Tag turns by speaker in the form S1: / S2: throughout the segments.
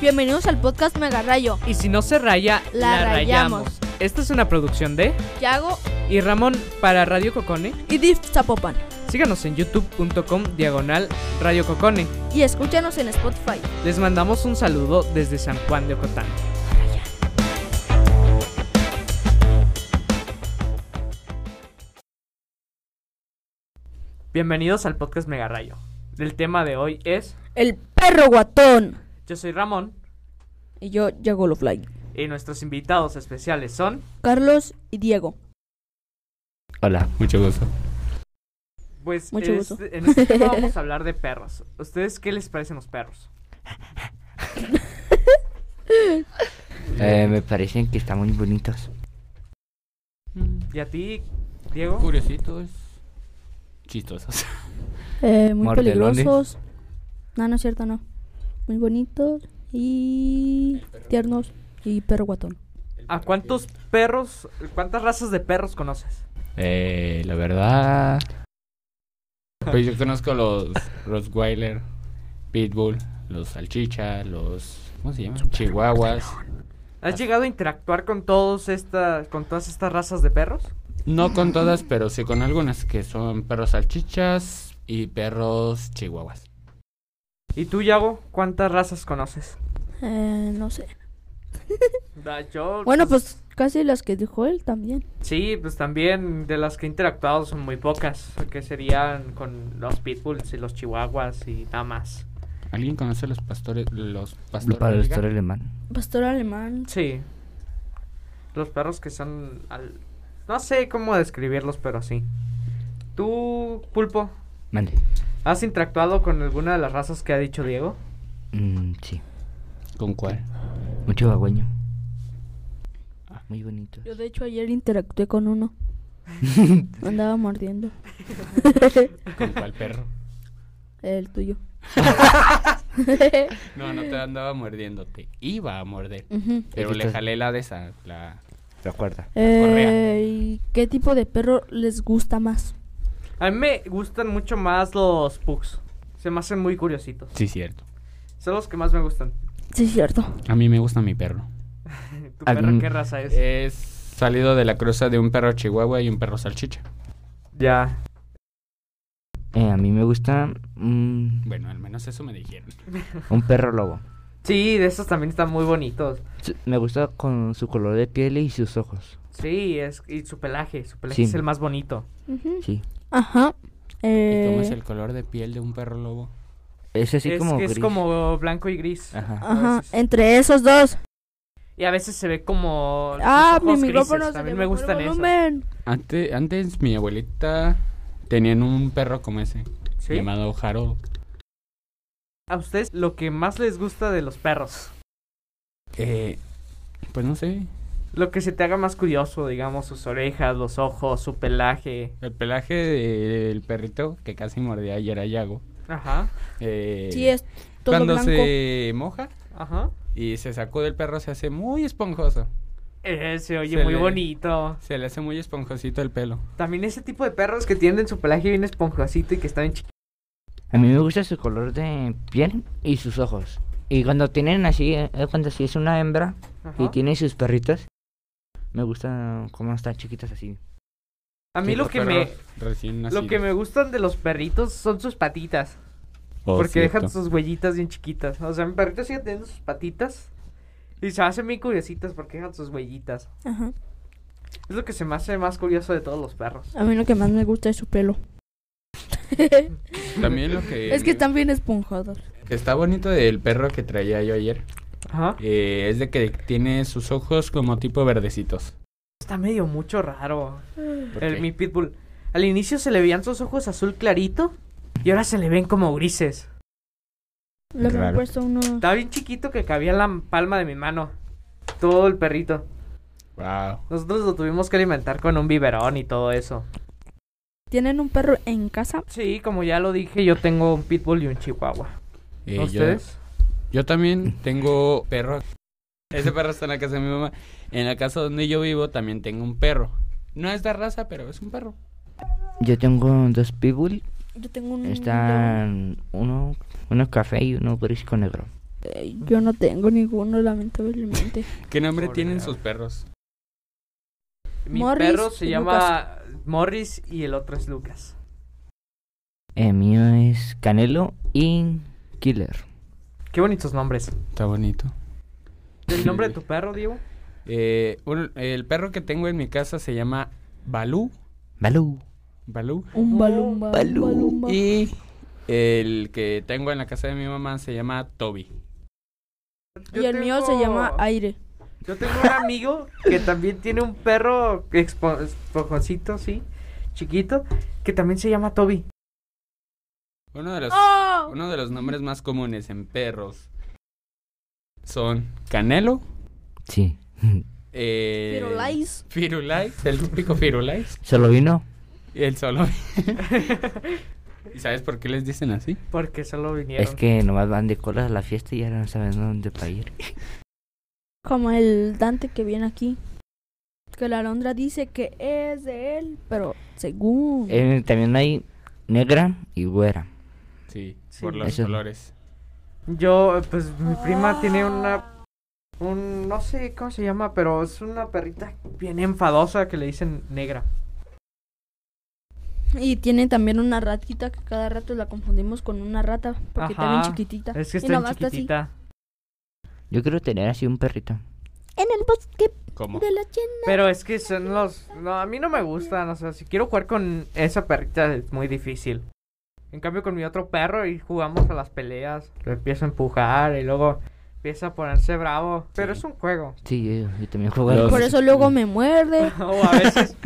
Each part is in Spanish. S1: Bienvenidos al podcast Mega Rayo.
S2: Y si no se raya,
S1: La
S2: la,
S1: rayamos.
S2: rayamos. Esta es una producción de
S1: Yago
S2: y Ramón para Radio Cocone.
S1: y Div Zapopan.
S2: Síganos en youtube.com diagonal Radio Cocone.
S1: Y escúchanos en Spotify.
S2: Les mandamos un saludo desde San Juan de Ocotán. Bienvenidos al podcast Mega Rayo. El tema de hoy es
S1: El perro guatón.
S2: Yo soy Ramón
S1: Y yo, Yago Lofly.
S2: y nuestros invitados especiales son
S1: Carlos y Diego.
S3: Hola, mucho gusto.
S2: Pues
S1: Mucho
S2: es-
S1: gusto.
S2: en este tema vamos a hablar de perros. ¿Ustedes qué les parecen los perros?
S4: Eh, me parecen que están muy bonitos.
S3: Mm.
S2: ¿Y a ti, Diego?
S3: Curiositos, chistosos.
S1: Eh, muy
S3: Mordelones.
S1: peligrosos. No, no es cierto, no. Muy bonitos y tiernos y perro guatón.
S2: ¿A cuántos perros, cuántas razas de perros conoces?
S3: Eh, la verdad. Pues yo conozco los Rottweiler, Pitbull, los Salchicha, los. ¿Cómo se llaman? Chihuahuas.
S2: ¿Has llegado a interactuar con todos esta, con todas estas razas de perros?
S3: No con todas, pero sí con algunas, que son perros salchichas y perros chihuahuas.
S2: ¿Y tú, Yago, cuántas razas conoces?
S1: Eh, no sé.
S2: yo,
S1: Bueno, pues casi las que dijo él también.
S2: Sí, pues también de las que he interactuado son muy pocas, que serían con los pitbulls y los chihuahuas y nada más.
S3: ¿Alguien conoce los pastores? Los pastores.
S4: Para el
S3: belga?
S4: pastor alemán.
S1: Pastor alemán.
S2: Sí. Los perros que son... al- No sé cómo describirlos, pero sí. ¿Tú, Pulpo,
S4: Mande.
S2: has interactuado con alguna de las razas que ha dicho Diego?
S4: Mm, sí.
S3: ¿Con cuál?
S4: Mucho bagüeño.
S2: Ah.
S4: Muy bonito.
S1: Yo de hecho ayer interactué con uno. Andaba mordiendo.
S3: ¿Con cuál perro?
S1: El tuyo.
S3: No, no te andaba mordiendo, te iba a morder.
S1: Ujú.
S3: Pero
S4: Aquí
S3: le
S4: está.
S3: jalé la de esa, la
S4: ¿Te acuerdas?
S1: Eh, ¿y ¿Qué tipo de perro les gusta más?
S2: A mí me gustan mucho más los pugs. Se me hacen muy curiositos.
S3: Sí, cierto.
S2: Son los que más me gustan.
S1: Sí, cierto.
S3: A mí me gusta mi perro.
S2: ¿Tu
S4: A
S2: perra
S4: mí-
S2: qué raza es?
S4: Eh,
S3: Es salido de la cruza de un perro chihuahua y un perro salchicha.
S2: Ya.
S4: Eh, a mí me gusta mm,
S3: Bueno, al menos eso me dijeron.
S4: un perro lobo.
S2: Sí, de esos también están muy bonitos.
S4: Su- Me gusta con su color de piel y sus ojos.
S2: Sí, es, y su pelaje. Su pelaje
S4: Sí.
S2: es el más bonito.
S1: Ujú.
S4: Sí.
S1: Ajá.
S3: ¿Y cómo
S1: Eh,
S3: es el color de piel de un perro lobo?
S4: Es así
S2: es
S4: como
S2: que es
S4: gris. Ah.
S2: como blanco y gris.
S4: Ajá.
S1: Ajá.
S2: veces.
S1: Entre esos dos.
S2: Y a veces se ve como.
S1: Ah,
S2: sus
S1: mi
S2: ojos grises,
S1: micrófono se
S2: También
S1: le
S2: me
S1: bajó el
S2: gustan esos.
S1: volumen.
S3: Antes, antes mi abuelita tenían un perro como ese,
S2: ¿Sí?
S3: llamado Harold.
S2: A ustedes lo que más les gusta de los perros.
S3: Eh, pues no sé,
S2: Lo que se te haga más curioso, digamos, sus orejas, los ojos, su pelaje.
S3: el pelaje del perrito que casi mordía ayer a Yago.
S2: Ajá,
S3: eh,
S1: Sí, es todo
S3: cuando
S1: blanco.
S3: se moja
S2: ajá.
S3: y se sacó del perro se hace muy esponjoso.
S2: Eh, se oye
S3: Se
S2: muy
S3: le-
S2: bonito.
S3: Se le hace muy esponjosito el pelo.
S2: También ese tipo de perros que tienen su pelaje bien esponjosito y que están chiquitos.
S4: A mí me gusta su color de piel y sus ojos. Y cuando tienen así, eh, cuando si es una hembra y tiene sus perritas, me gusta cómo están chiquitas así.
S2: A mí lo que me lo que me gustan de los perritos son sus patitas,
S3: Oh,
S2: porque dejan sus huellitas bien chiquitas. O sea, mi perrito sigue teniendo sus patitas y se hacen bien curiositas porque dejan sus huellitas.
S1: Ajá.
S2: Es lo que se me hace más curioso de todos los perros.
S1: A mí lo que más me gusta es su pelo.
S3: También lo que
S1: es que están bien esponjados.
S3: está bonito del perro que traía yo ayer
S2: Ajá.
S3: eh, es de que tiene sus ojos como tipo verdecitos.
S2: Está medio mucho raro
S3: ¿Por
S2: el,
S3: qué?
S2: mi pitbull. Al inicio se le veían sus ojos azul clarito y ahora se le ven como grises.
S1: Le han
S3: Raro.
S1: puesto uno.
S2: Estaba bien chiquito que cabía en la palma de mi mano. Todo el perrito.
S3: Wow.
S2: Nosotros lo tuvimos que alimentar con un biberón y todo eso.
S1: ¿Tienen un perro en casa?
S2: Sí, como ya lo dije, yo tengo un pitbull y un chihuahua.
S3: Eh, yo-
S2: ¿Ustedes?
S3: Yo también tengo perro. Ese perro está en la casa de mi mamá. En la casa donde yo vivo también tengo un perro. No es de raza, pero es un perro.
S4: Yo tengo dos pitbull,
S1: Yo tengo un.
S4: están uno, uno café y uno gris con negro.
S1: Eh, yo no tengo ninguno, lamentablemente.
S3: ¿Qué nombre tienen sus perros?
S2: Mi
S1: Morris
S2: perro se
S1: y
S2: llama Morris y el otro es Lucas.
S4: El mío es Canelo y Killer.
S2: Qué bonitos nombres.
S3: Está bonito.
S2: ¿El nombre de tu perro, Diego?
S3: Eh, un- el perro que tengo en mi casa se llama Balú.
S4: Balú.
S3: Balú.
S1: Un balumba.
S4: Balú.
S1: Un balumba.
S3: Y el que tengo en la casa de mi mamá se llama Toby.
S1: Y el mío se
S2: tengo-
S1: llama Aire.
S2: Yo tengo un amigo que también tiene un perro expo- esponjoncito, sí, chiquito, que también se llama Toby.
S3: Uno de los,
S1: Oh.
S3: uno de los nombres más comunes en perros son Canelo,
S4: Sí.
S3: eh,
S1: Firulais.
S3: Firulais, el típico Firulais,
S4: ¿Se lo vino?
S3: y el solo. ¿Y sabes por qué les dicen así?
S2: Porque solo vinieron.
S4: Es que nomás van de cola a la fiesta y ya no saben dónde para ir.
S1: Como el Dante que viene aquí. Que la alondra dice que es de él, pero según.
S4: Eh, también hay negra y güera.
S3: Sí,
S2: Sí.
S3: por los
S4: Eso.
S3: colores.
S2: Yo, eh, pues mi prima tiene una. Un, no sé cómo se llama, pero es una perrita bien enfadosa que le dicen negra.
S1: Y tiene también una ratita que cada rato la confundimos con una rata porque está bien
S2: Ajá.
S1: chiquitita.
S2: Es
S1: Y
S2: que está bien
S1: nomás está así.
S2: chiquitita.
S4: Yo quiero tener así un perrito.
S1: En el bosque
S3: ¿Cómo?
S1: de la chena.
S2: Pero es que son los... No, a mí no me gustan, o sea, si quiero jugar con esa perrita es muy difícil. En cambio con mi otro perro y jugamos a las peleas, lo empiezo a empujar y luego empieza a ponerse bravo. Pero es un juego.
S4: Sí, yo, yo también juego.
S3: Los-
S1: Por eso luego me muerde.
S2: o a veces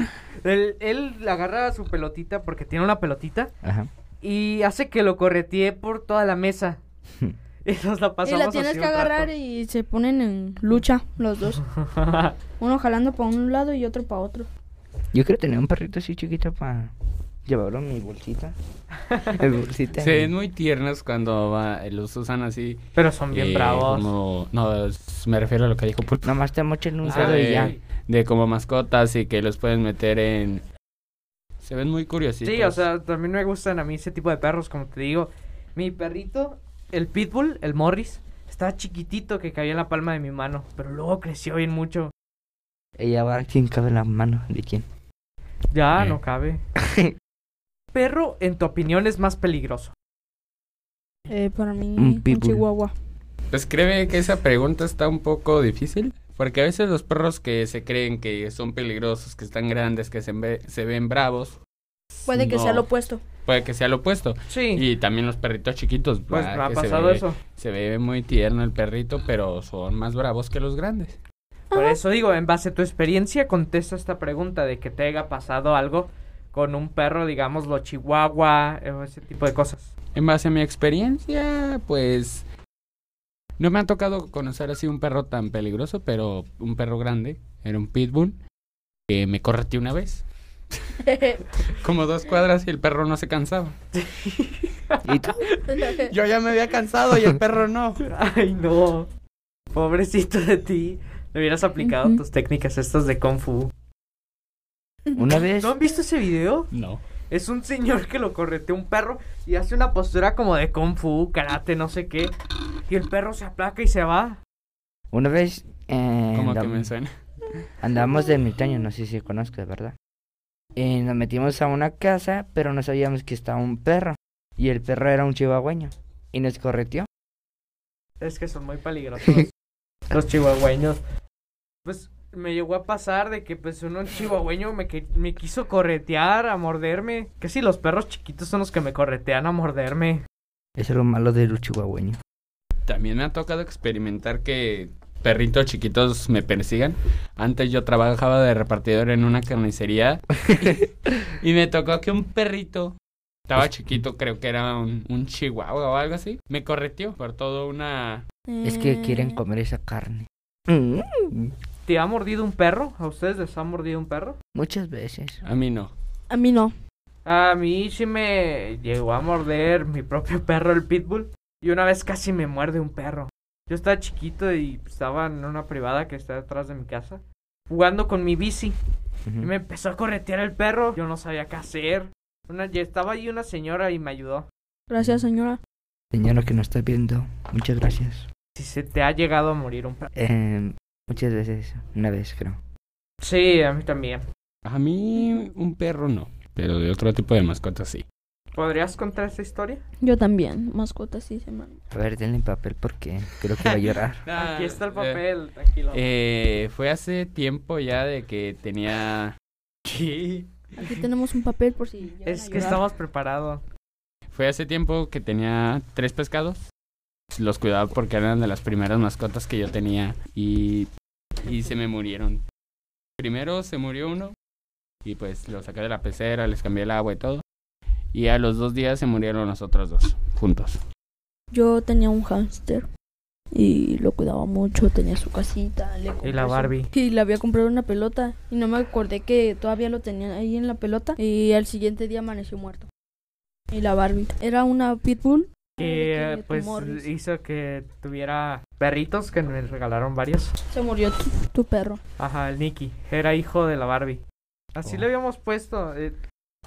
S2: él, él agarra su pelotita porque tiene una pelotita
S4: Ajá.
S2: y hace que lo corretee por toda la mesa. Y nos la
S1: Y
S2: pasamos
S1: la tienes
S2: así
S1: que
S2: un rato.
S1: agarrar y se ponen en lucha los dos. Uno jalando para un lado y otro para otro.
S4: Yo quiero tener un perrito así chiquito para llevarlo en mi bolsita. En bolsita.
S3: Se ven muy tiernos cuando va- los usan así.
S2: Pero son bien
S3: eh,
S2: bravos.
S3: como- no, es- me refiero a lo que dijo Pulpo.
S4: Nomás te mochen un
S3: Ah,
S4: cerdo y ya.
S3: de, de como mascotas y que los pueden meter en... Se ven muy curiositos.
S2: Sí, o sea, también me gustan a mí ese tipo de perros, como te digo. Mi perrito, el Pitbull, el Morris, estaba chiquitito que cabía en la palma de mi mano, pero luego creció bien mucho.
S4: Ella va a quién cabe la mano de quién.
S2: Ya,
S3: Eh.
S2: no cabe. ¿Perro, en tu opinión, es más peligroso?
S1: Eh, para mí,
S4: Un
S1: un,
S4: pitbull.
S1: chihuahua.
S3: Pues cree que esa pregunta está un poco difícil. Porque a veces los perros que se creen que son peligrosos, que están grandes, que se, ve- se ven bravos,
S1: Puede que
S3: No.
S1: sea lo opuesto.
S3: puede que sea lo opuesto.
S2: Sí,
S3: Y también los perritos chiquitos.
S2: pues
S3: bah,
S2: me ha
S3: ah, que se
S2: pasado
S3: ve-
S2: eso.
S3: Se ve muy tierno el perrito, pero son más bravos que los grandes.
S2: Por
S1: Ajá.
S2: eso digo, en base a tu experiencia, contesta esta pregunta de que te haya pasado algo con un perro, digamos, lo chihuahua, eh, ese tipo de cosas.
S3: En base a mi experiencia, pues... No me ha tocado conocer así un perro tan peligroso, pero un perro grande, era un pitbull, que me correteó una vez. Como dos cuadras y el perro no se cansaba.
S4: ¿Y tú?
S3: Yo ya me había cansado y el perro no.
S2: Ay, no. Pobrecito de ti. Le hubieras aplicado
S1: Ujú.
S2: tus técnicas estas de Kung Fu.
S4: Una vez.
S2: ¿No han visto ese video?
S3: No.
S2: Es un señor que lo corretea un perro y hace una postura como de Kung Fu, karate, no sé qué. Y el perro se aplaca y se va.
S4: Una vez. eh,
S3: Como que
S4: andam-
S3: me suena.
S4: Andamos de ermitaño, no sé si conozcas, ¿verdad? Y nos metimos a una casa, pero no sabíamos que estaba un perro. Y el perro era un chihuahueño. Y nos correteó.
S2: Es que son muy peligrosos los chihuahueños. Pues me llegó a pasar de que pues uno chihuahueño me, que- me quiso corretear a morderme. Que si los perros chiquitos son los que me corretean a morderme.
S4: Eso es lo malo del chihuahueño.
S3: También me ha tocado experimentar que perritos chiquitos me persigan. Antes yo trabajaba de repartidor en una carnicería y me tocó que un perrito, estaba chiquito, creo que era un, un chihuahua o algo así, me correteó por toda una...
S4: Es que
S1: Eh,
S4: quieren comer esa carne. Mm,
S2: ¿Te ha mordido un perro? ¿A ustedes les ha mordido un perro?
S4: Muchas veces.
S3: A mí no.
S1: A mí no.
S2: A mí sí me llegó a morder mi propio perro, el pitbull. Y una vez casi me muerde un perro. Yo estaba chiquito y estaba en una privada que está detrás de mi casa. Jugando con mi bici. Y me empezó a corretear el perro. Yo no sabía qué hacer. Una, ya estaba ahí una señora y me ayudó.
S1: Gracias, señora.
S4: Señora que nos está viendo, muchas gracias.
S2: Si se te ha llegado a morir un perro.
S4: Eh, muchas veces, una vez creo.
S2: Sí, a mí también.
S3: A mí un perro no, pero de otro tipo de mascotas sí.
S2: ¿Podrías contar esa historia?
S1: Yo también, mascota sí se man-
S4: A ver, denle papel porque creo que va a llorar.
S2: Aquí está el
S3: Eh,
S2: papel, tranquilo.
S3: eh, fue hace tiempo ya de que tenía... ¿Qué?
S1: Aquí tenemos un papel por si. llegan
S2: es
S1: a
S2: que
S1: llorar.
S2: estabas preparado.
S3: Fue hace tiempo que tenía tres pescados. Los cuidaba porque eran de las primeras mascotas que yo tenía y, y se me murieron. Primero se murió uno y pues lo saqué de la pecera, les cambié el agua y todo. Y a los dos días se murieron los otros dos juntos.
S1: Yo tenía un hámster y lo cuidaba mucho, tenía su casita. Le compré
S2: Y la
S1: su-
S2: Barbie.
S1: Y le había comprado una pelota y no me acordé que todavía lo tenía ahí en la pelota y al siguiente día amaneció muerto. Y la Barbie. Era una pitbull.
S2: Que
S1: de
S2: eh, pues
S1: tumores.
S2: hizo que tuviera perritos que me regalaron varios.
S1: Se murió tu, tu perro.
S2: Ajá, el Nicky. Era hijo de la Barbie. Así
S3: Oh.
S2: le habíamos puesto. eh,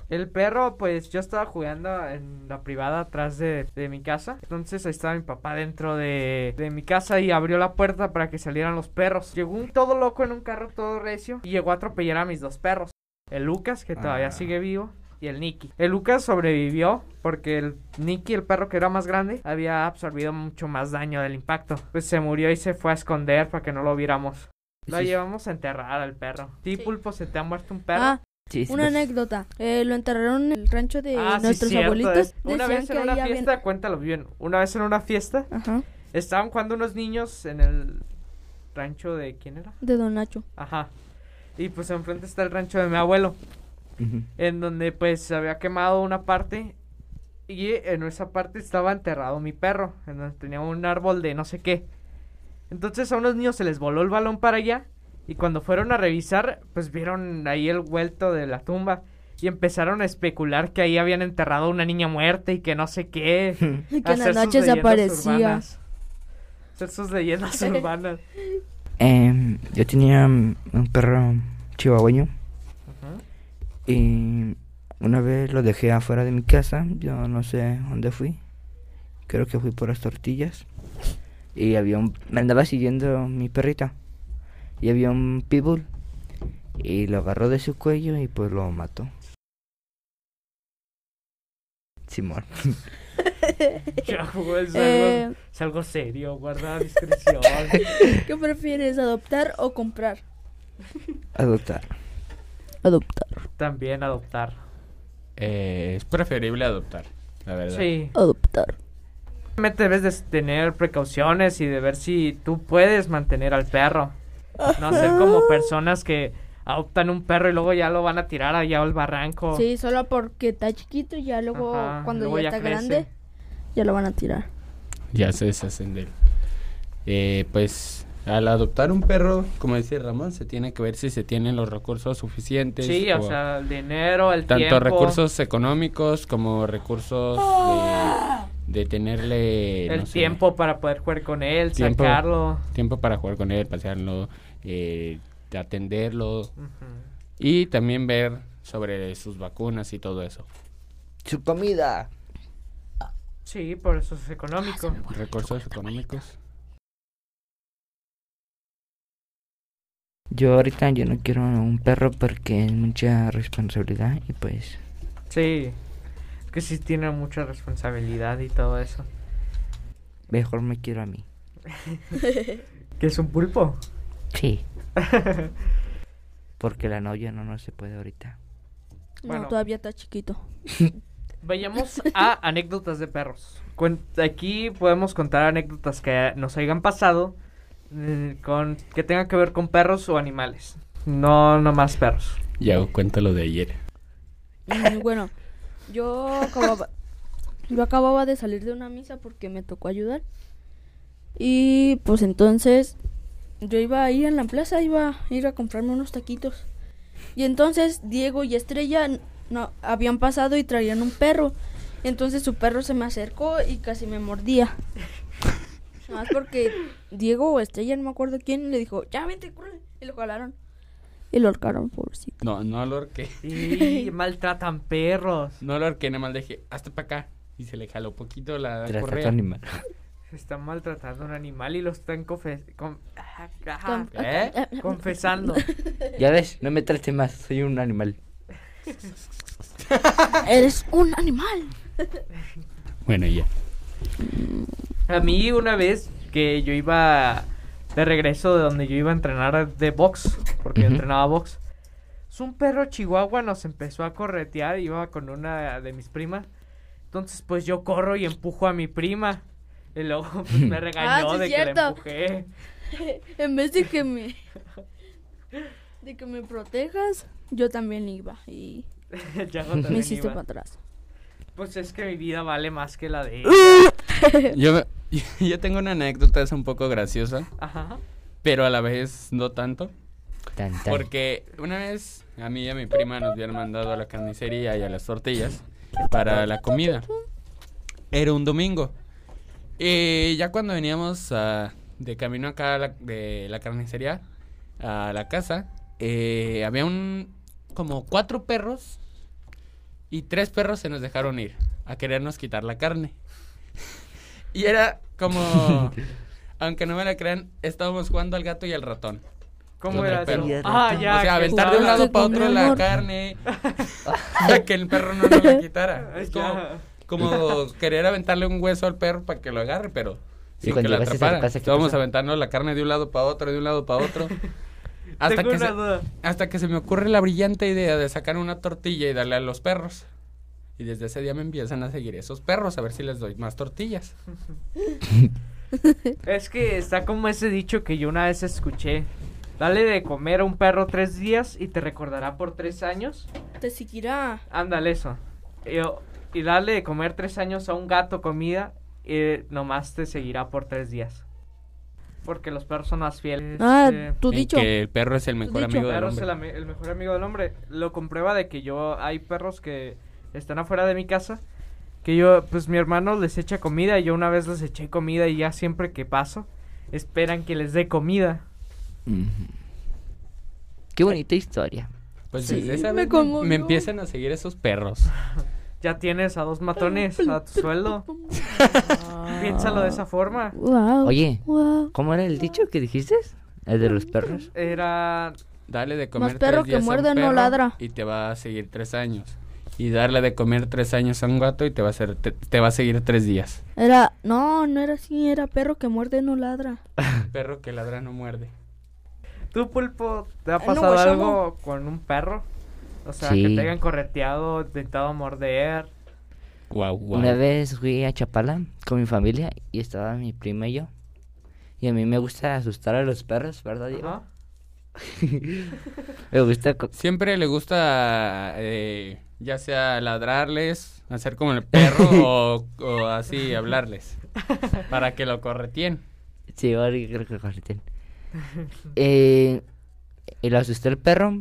S2: El perro, pues yo estaba jugando en la privada atrás de, de mi casa. Entonces ahí estaba mi papá dentro de, de mi casa y abrió la puerta para que salieran los perros. Llegó un todo loco en un carro todo recio y llegó a atropellar a mis dos perros. El Lucas, que todavía
S3: Ah.
S2: sigue vivo, y el Nicky. El Lucas sobrevivió porque el Nicky, el perro que era más grande, había absorbido mucho más daño del impacto. Pues se murió y se fue a esconder para que no lo viéramos. Lo
S4: Pues Sí,
S2: llevamos a enterrar al perro. Sí,
S1: Sí.
S2: pulpo, se te ha muerto un perro.
S1: Ah,
S4: sí, sí,
S1: una
S4: pues,
S1: anécdota. Eh, lo enterraron en el rancho de
S2: Ah, sí,
S1: nuestros
S2: cierto,
S1: abuelitos.
S2: es- Una
S1: Decían
S2: vez
S1: que
S2: en una
S1: ahí habían-
S2: fiesta, cuéntalo bien. Una vez en una fiesta,
S1: Ajá,
S2: estaban jugando unos niños en el rancho de. ¿Quién era?
S1: de Don Nacho.
S2: Ajá. Y pues enfrente está el rancho de mi abuelo.
S4: ujú.
S2: En donde pues se había quemado una parte. Y en esa parte estaba enterrado mi perro. En donde tenía un árbol de no sé qué. Entonces a unos niños se les voló el balón para allá. Y cuando fueron a revisar, pues vieron ahí el vuelto de la tumba. Y empezaron a especular que ahí habían enterrado a una niña muerta y que no sé qué.
S1: Y que en la
S2: hacer sus
S1: noche se
S2: leyendas
S1: aparecía.
S2: urbanas. Hacer sus leyendas urbanas.
S4: Em, yo tenía mm, un perro chihuahueño
S2: Ujú.
S4: y una vez lo dejé afuera de mi casa. Yo no sé dónde fui. Creo que fui por las tortillas. Y había un. Me andaba siguiendo mi perrita. Y había un pitbull. Y lo agarró de su cuello y pues lo mató. Simón.
S2: Chavo, es,
S1: Eh,
S2: algo, es algo serio, guarda discreción.
S1: ¿Qué prefieres, adoptar o comprar?
S4: Adoptar.
S1: Adoptar.
S2: También adoptar.
S3: Eh, es preferible adoptar, la verdad.
S2: Sí.
S1: Adoptar.
S2: Obviamente debes de tener precauciones y de ver si tú puedes mantener al perro. No ser como personas que adoptan un perro y luego ya lo van a tirar allá al barranco.
S1: Sí, solo porque está chiquito y ya luego
S2: Oh. Ajá,
S1: cuando
S2: luego
S1: ya, está
S2: crece.
S1: grande ya lo van a tirar.
S3: Ya se deshacen de él. Eh, pues al adoptar un perro, como dice Ramón, se tiene que ver si se tienen los recursos suficientes.
S2: Sí, o sea, el dinero, el
S3: tanto
S2: tiempo.
S3: recursos económicos como recursos de, de tenerle
S2: Ah. El
S3: no sé,
S2: tiempo para poder jugar con él,
S3: Tiempo.
S2: sacarlo.
S3: tiempo para jugar con él pasearlo eh, de atenderlo
S2: Ujú.
S3: y también ver sobre sus vacunas y todo eso
S4: Su comida.
S2: Sí, por eso es económico.
S3: recursos económicos
S4: Yo ahorita yo no quiero un perro porque es mucha responsabilidad y pues
S2: Sí. Es que sí tiene mucha responsabilidad y todo eso.
S4: mejor me quiero a mí.
S2: Que es un pulpo.
S4: Sí. Porque la novia no, no se puede ahorita.
S2: Bueno.
S1: No, todavía está chiquito.
S2: Vayamos a anécdotas de perros. Cuen- Aquí podemos contar anécdotas que nos hayan pasado eh, con que tengan que ver con perros o animales. No, no más perros.
S3: ya cuento lo de ayer
S1: Mm, bueno, yo acababa, yo acababa de salir de una misa porque me tocó ayudar. Y pues entonces yo iba a ir en la plaza, iba a ir a comprarme unos taquitos. Y entonces Diego y Estrella n- no habían pasado y traían un perro. Entonces su perro se me acercó y casi me mordía. Más porque Diego o Estrella, no me acuerdo quién, le dijo, ya vente, corre. Y lo jalaron. Y lo ahorcaron, pobrecito.
S3: no no lo orqué
S2: Y maltratan perros.
S3: no lo orqué nada más le dije hasta para acá y se le jaló poquito la
S4: Trata
S3: correa
S4: animal.
S2: están maltratando a un animal y lo están confes con- ah,
S1: Con-
S2: ¿Eh? confesando.
S4: Ya ves, no me trates más, soy un animal.
S1: Eres un animal.
S3: Bueno, ya.
S2: A mí una vez que yo iba de regreso de donde yo iba a entrenar de box, porque yo
S4: Ujú.
S2: entrenaba box, pues un perro chihuahua nos empezó a corretear, iba con una de mis primas. Entonces pues yo corro y empujo a mi prima. Y luego pues, me regañó
S1: Ah, sí,
S2: de que
S1: cierto.
S2: la empujé.
S1: En vez de que me. de que me protejas, yo también iba. Y
S2: Ya no
S1: me
S2: también
S1: hiciste
S2: iba.
S1: para atrás.
S2: Pues es que mi vida vale más que la de...
S1: ¡Uh!
S3: Yo, yo tengo una anécdota, es un poco graciosa,
S2: Ajá.
S3: pero a la vez no tanto.
S4: Tan, tan.
S3: Porque una vez a mí y a mi prima nos habían mandado a la carnicería y a las tortillas para la comida. Era un domingo. Y ya cuando veníamos ah, de camino acá a la- de la carnicería a la casa, eh, había un como cuatro perros y tres perros se nos dejaron ir a querernos quitar la carne. y era como, aunque no me la crean, estábamos jugando al gato y al ratón.
S2: ¿Cómo
S3: Con
S2: era
S3: el perro.
S2: eso? Ah, ya.
S3: O sea,
S2: que
S3: aventar de un
S2: estaba-
S3: lado para
S1: Con
S3: otro la
S1: amor.
S3: carne. para que el perro no nos la quitara. Es como,
S2: Ya.
S3: como querer aventarle un hueso al perro para que lo agarre, pero
S4: Y
S3: sin que
S4: cuando
S3: la
S4: llegas a esa
S3: atrapara.
S4: casa, ¿qué
S3: Estábamos
S4: pasa?
S3: aventando la carne de un lado para otro, de un lado para otro. Hasta
S2: Tengo
S3: que,
S2: una
S3: se,
S2: duda.
S3: hasta que se me ocurre la brillante idea de sacar una tortilla y darle a los perros. Y desde ese día me empiezan a seguir esos perros a ver si les doy más tortillas.
S2: Es que está como ese dicho que yo una vez escuché. Dale de comer a un perro tres días y te recordará por tres años.
S1: Te seguirá.
S2: Ándale eso. Y, y dale de comer tres años a un gato comida y nomás te seguirá por tres días. Porque los perros son más fieles.
S1: Ah,
S2: eh,
S1: tu
S3: En
S1: dicho.
S3: Que el perro es el mejor
S1: dicho.
S3: amigo del
S2: perro es
S3: hombre.
S2: el, ami- el mejor amigo del hombre. Lo comprueba de que yo hay perros que están afuera de mi casa. Que yo, pues mi hermano les echa comida. Y yo una vez les eché comida y ya siempre que paso, esperan que les dé comida.
S4: Ujú. Qué bonita historia.
S3: Pues
S1: Sí,
S3: desde esa
S1: me
S3: vez me,
S1: conmovió.
S3: me empiezan a seguir esos perros.
S2: Ya tienes a dos matones a tu sueldo. Piénsalo de esa forma.
S1: Wow.
S4: Oye,
S1: Wow.
S4: ¿cómo era el dicho que dijiste? El de los perros.
S2: Era.
S3: Dale de comer
S1: Más perro
S3: tres
S1: que
S3: días a un
S1: muerde no
S3: perro
S1: ladra.
S3: Y te va a seguir tres años. Y darle de comer tres años a un gato y te va a, hacer, te, te va a seguir tres días.
S1: Era. No, no era así. Era perro que muerde, no ladra.
S3: Perro que ladra no muerde.
S2: ¿Tú, Pulpo, te ha
S1: Ah, no,
S2: pasado
S1: guachamo.
S2: algo con un perro? O sea, que
S4: Sí.
S2: te hayan correteado, intentado morder.
S3: Guau, guau.
S4: Una vez fui a Chapala con mi familia y estaba mi prima y yo. Y a mí me gusta asustar a los perros, ¿verdad, Diego?
S2: Ajá.
S4: Me gusta... co-
S3: Siempre le gusta, eh, ya sea ladrarles, hacer como el perro o, o así hablarles. Para que lo corretien.
S4: Sí, ahora que creo que corten. Eh, y lo asusté al perro.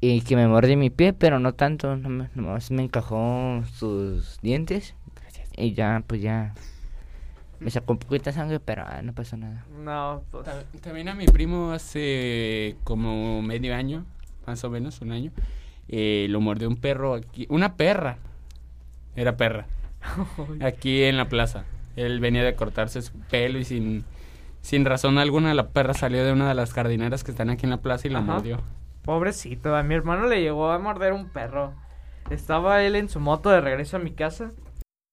S4: Y que me mordió mi pie, pero no tanto. nom- Nomás me encajó sus dientes. Y ya, pues ya. Me sacó un poquito de sangre, pero ah, no pasó nada.
S2: No, pues.
S3: Ta- También a mi primo hace como medio año, más o menos, un año, eh, lo mordió un perro aquí, una perra, era perra, aquí en la plaza. Él venía de cortarse su pelo y sin, sin razón alguna la perra salió de una de las jardineras que están aquí en la plaza y la
S2: Ajá.
S3: mordió.
S2: Pobrecito, a mi hermano le llegó a morder un perro. Estaba él en su moto de regreso a mi casa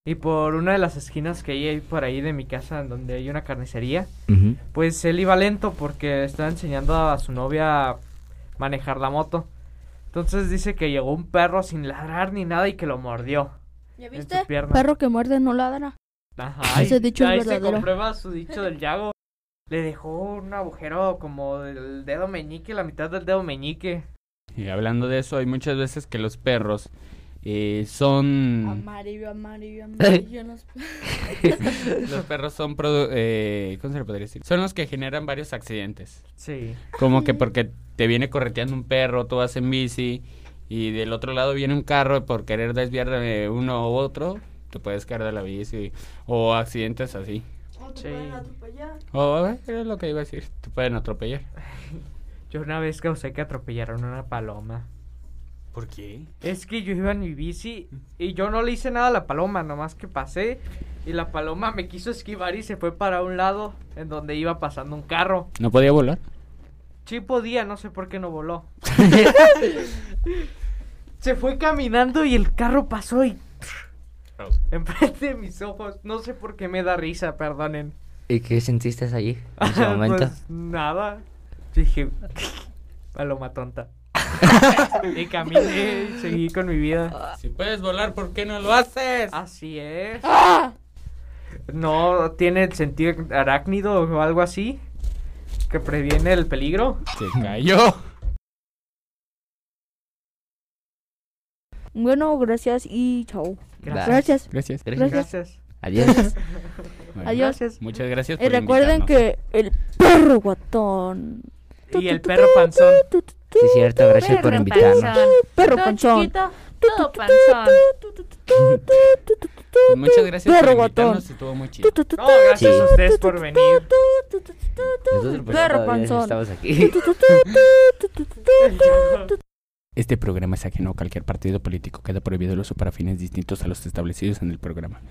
S2: y por una de las esquinas que hay ahí por ahí de mi casa en donde hay una carnicería, pues él iba lento porque estaba enseñando a su novia a manejar la moto. Entonces dice que llegó un perro sin ladrar ni nada y que lo mordió.
S1: ¿Ya
S2: En
S1: viste?
S2: su pierna.
S1: Perro que muerde, no ladra.
S2: Ajá,
S1: Ese
S2: ahí-
S1: dicho es
S2: ahí se
S1: verdadero.
S2: comprueba su dicho del Yago. Le dejó un agujero como del dedo meñique, la mitad del dedo meñique.
S3: Y hablando de eso, hay muchas veces que los perros eh, son...
S1: Amarillo, amarillo, amarillo. nos-
S3: Los perros son... produ- eh, ¿Cómo se le podría decir? Son los que generan varios accidentes.
S2: Sí.
S3: Como que porque te viene correteando un perro, tú vas en bici y del otro lado viene un carro y por querer desviar de uno u otro, te puedes caer de la bici o accidentes así.
S2: Sí.
S3: O eh, era lo que iba a decir, te pueden atropellar.
S2: Yo una vez causé que atropellaron una paloma.
S3: ¿Por qué?
S2: Es que yo iba en mi bici y yo no le hice nada a la paloma, nomás que pasé y la paloma me quiso esquivar y se fue para un lado en donde iba pasando un carro.
S3: ¿No podía volar?
S2: Sí podía, no sé por qué no voló. se fue caminando y el carro pasó y enfrente de mis ojos. No sé por qué me da risa, perdonen.
S4: ¿Y qué sentiste allí en ese momento?
S2: Pues, nada. Dije, paloma tonta. y caminé y seguí con mi vida.
S3: Si puedes volar, ¿por qué no lo haces?
S2: Así es. No tiene el sentido arácnido o algo así que previene el peligro.
S3: Se cayó.
S1: Bueno, gracias y chao.
S4: Gracias.
S1: Gracias.
S3: Gracias.
S1: Gracias.
S4: Adiós.
S3: Bueno,
S1: Adiós.
S3: Muchas gracias
S1: Y
S3: por
S1: Eh, recuerden
S3: invitarnos.
S1: que el perro guatón.
S2: Y el perro panzón.
S4: Sí, es cierto, gracias por
S5: Perro
S4: invitarnos.
S5: panzón.
S1: Perro
S5: Todo
S1: panzón.
S5: chiquito, todo panzón.
S3: Pues muchas gracias
S1: Perro
S3: por invitarnos,
S1: guatón.
S3: estuvo muy chido.
S2: No, gracias a ustedes por venir.
S4: Nosotros por
S1: Perro
S4: todavía
S1: panzón.
S4: estamos aquí.
S3: Este programa es ajeno a cualquier partido político. Queda prohibido el uso para fines distintos a los establecidos en el programa.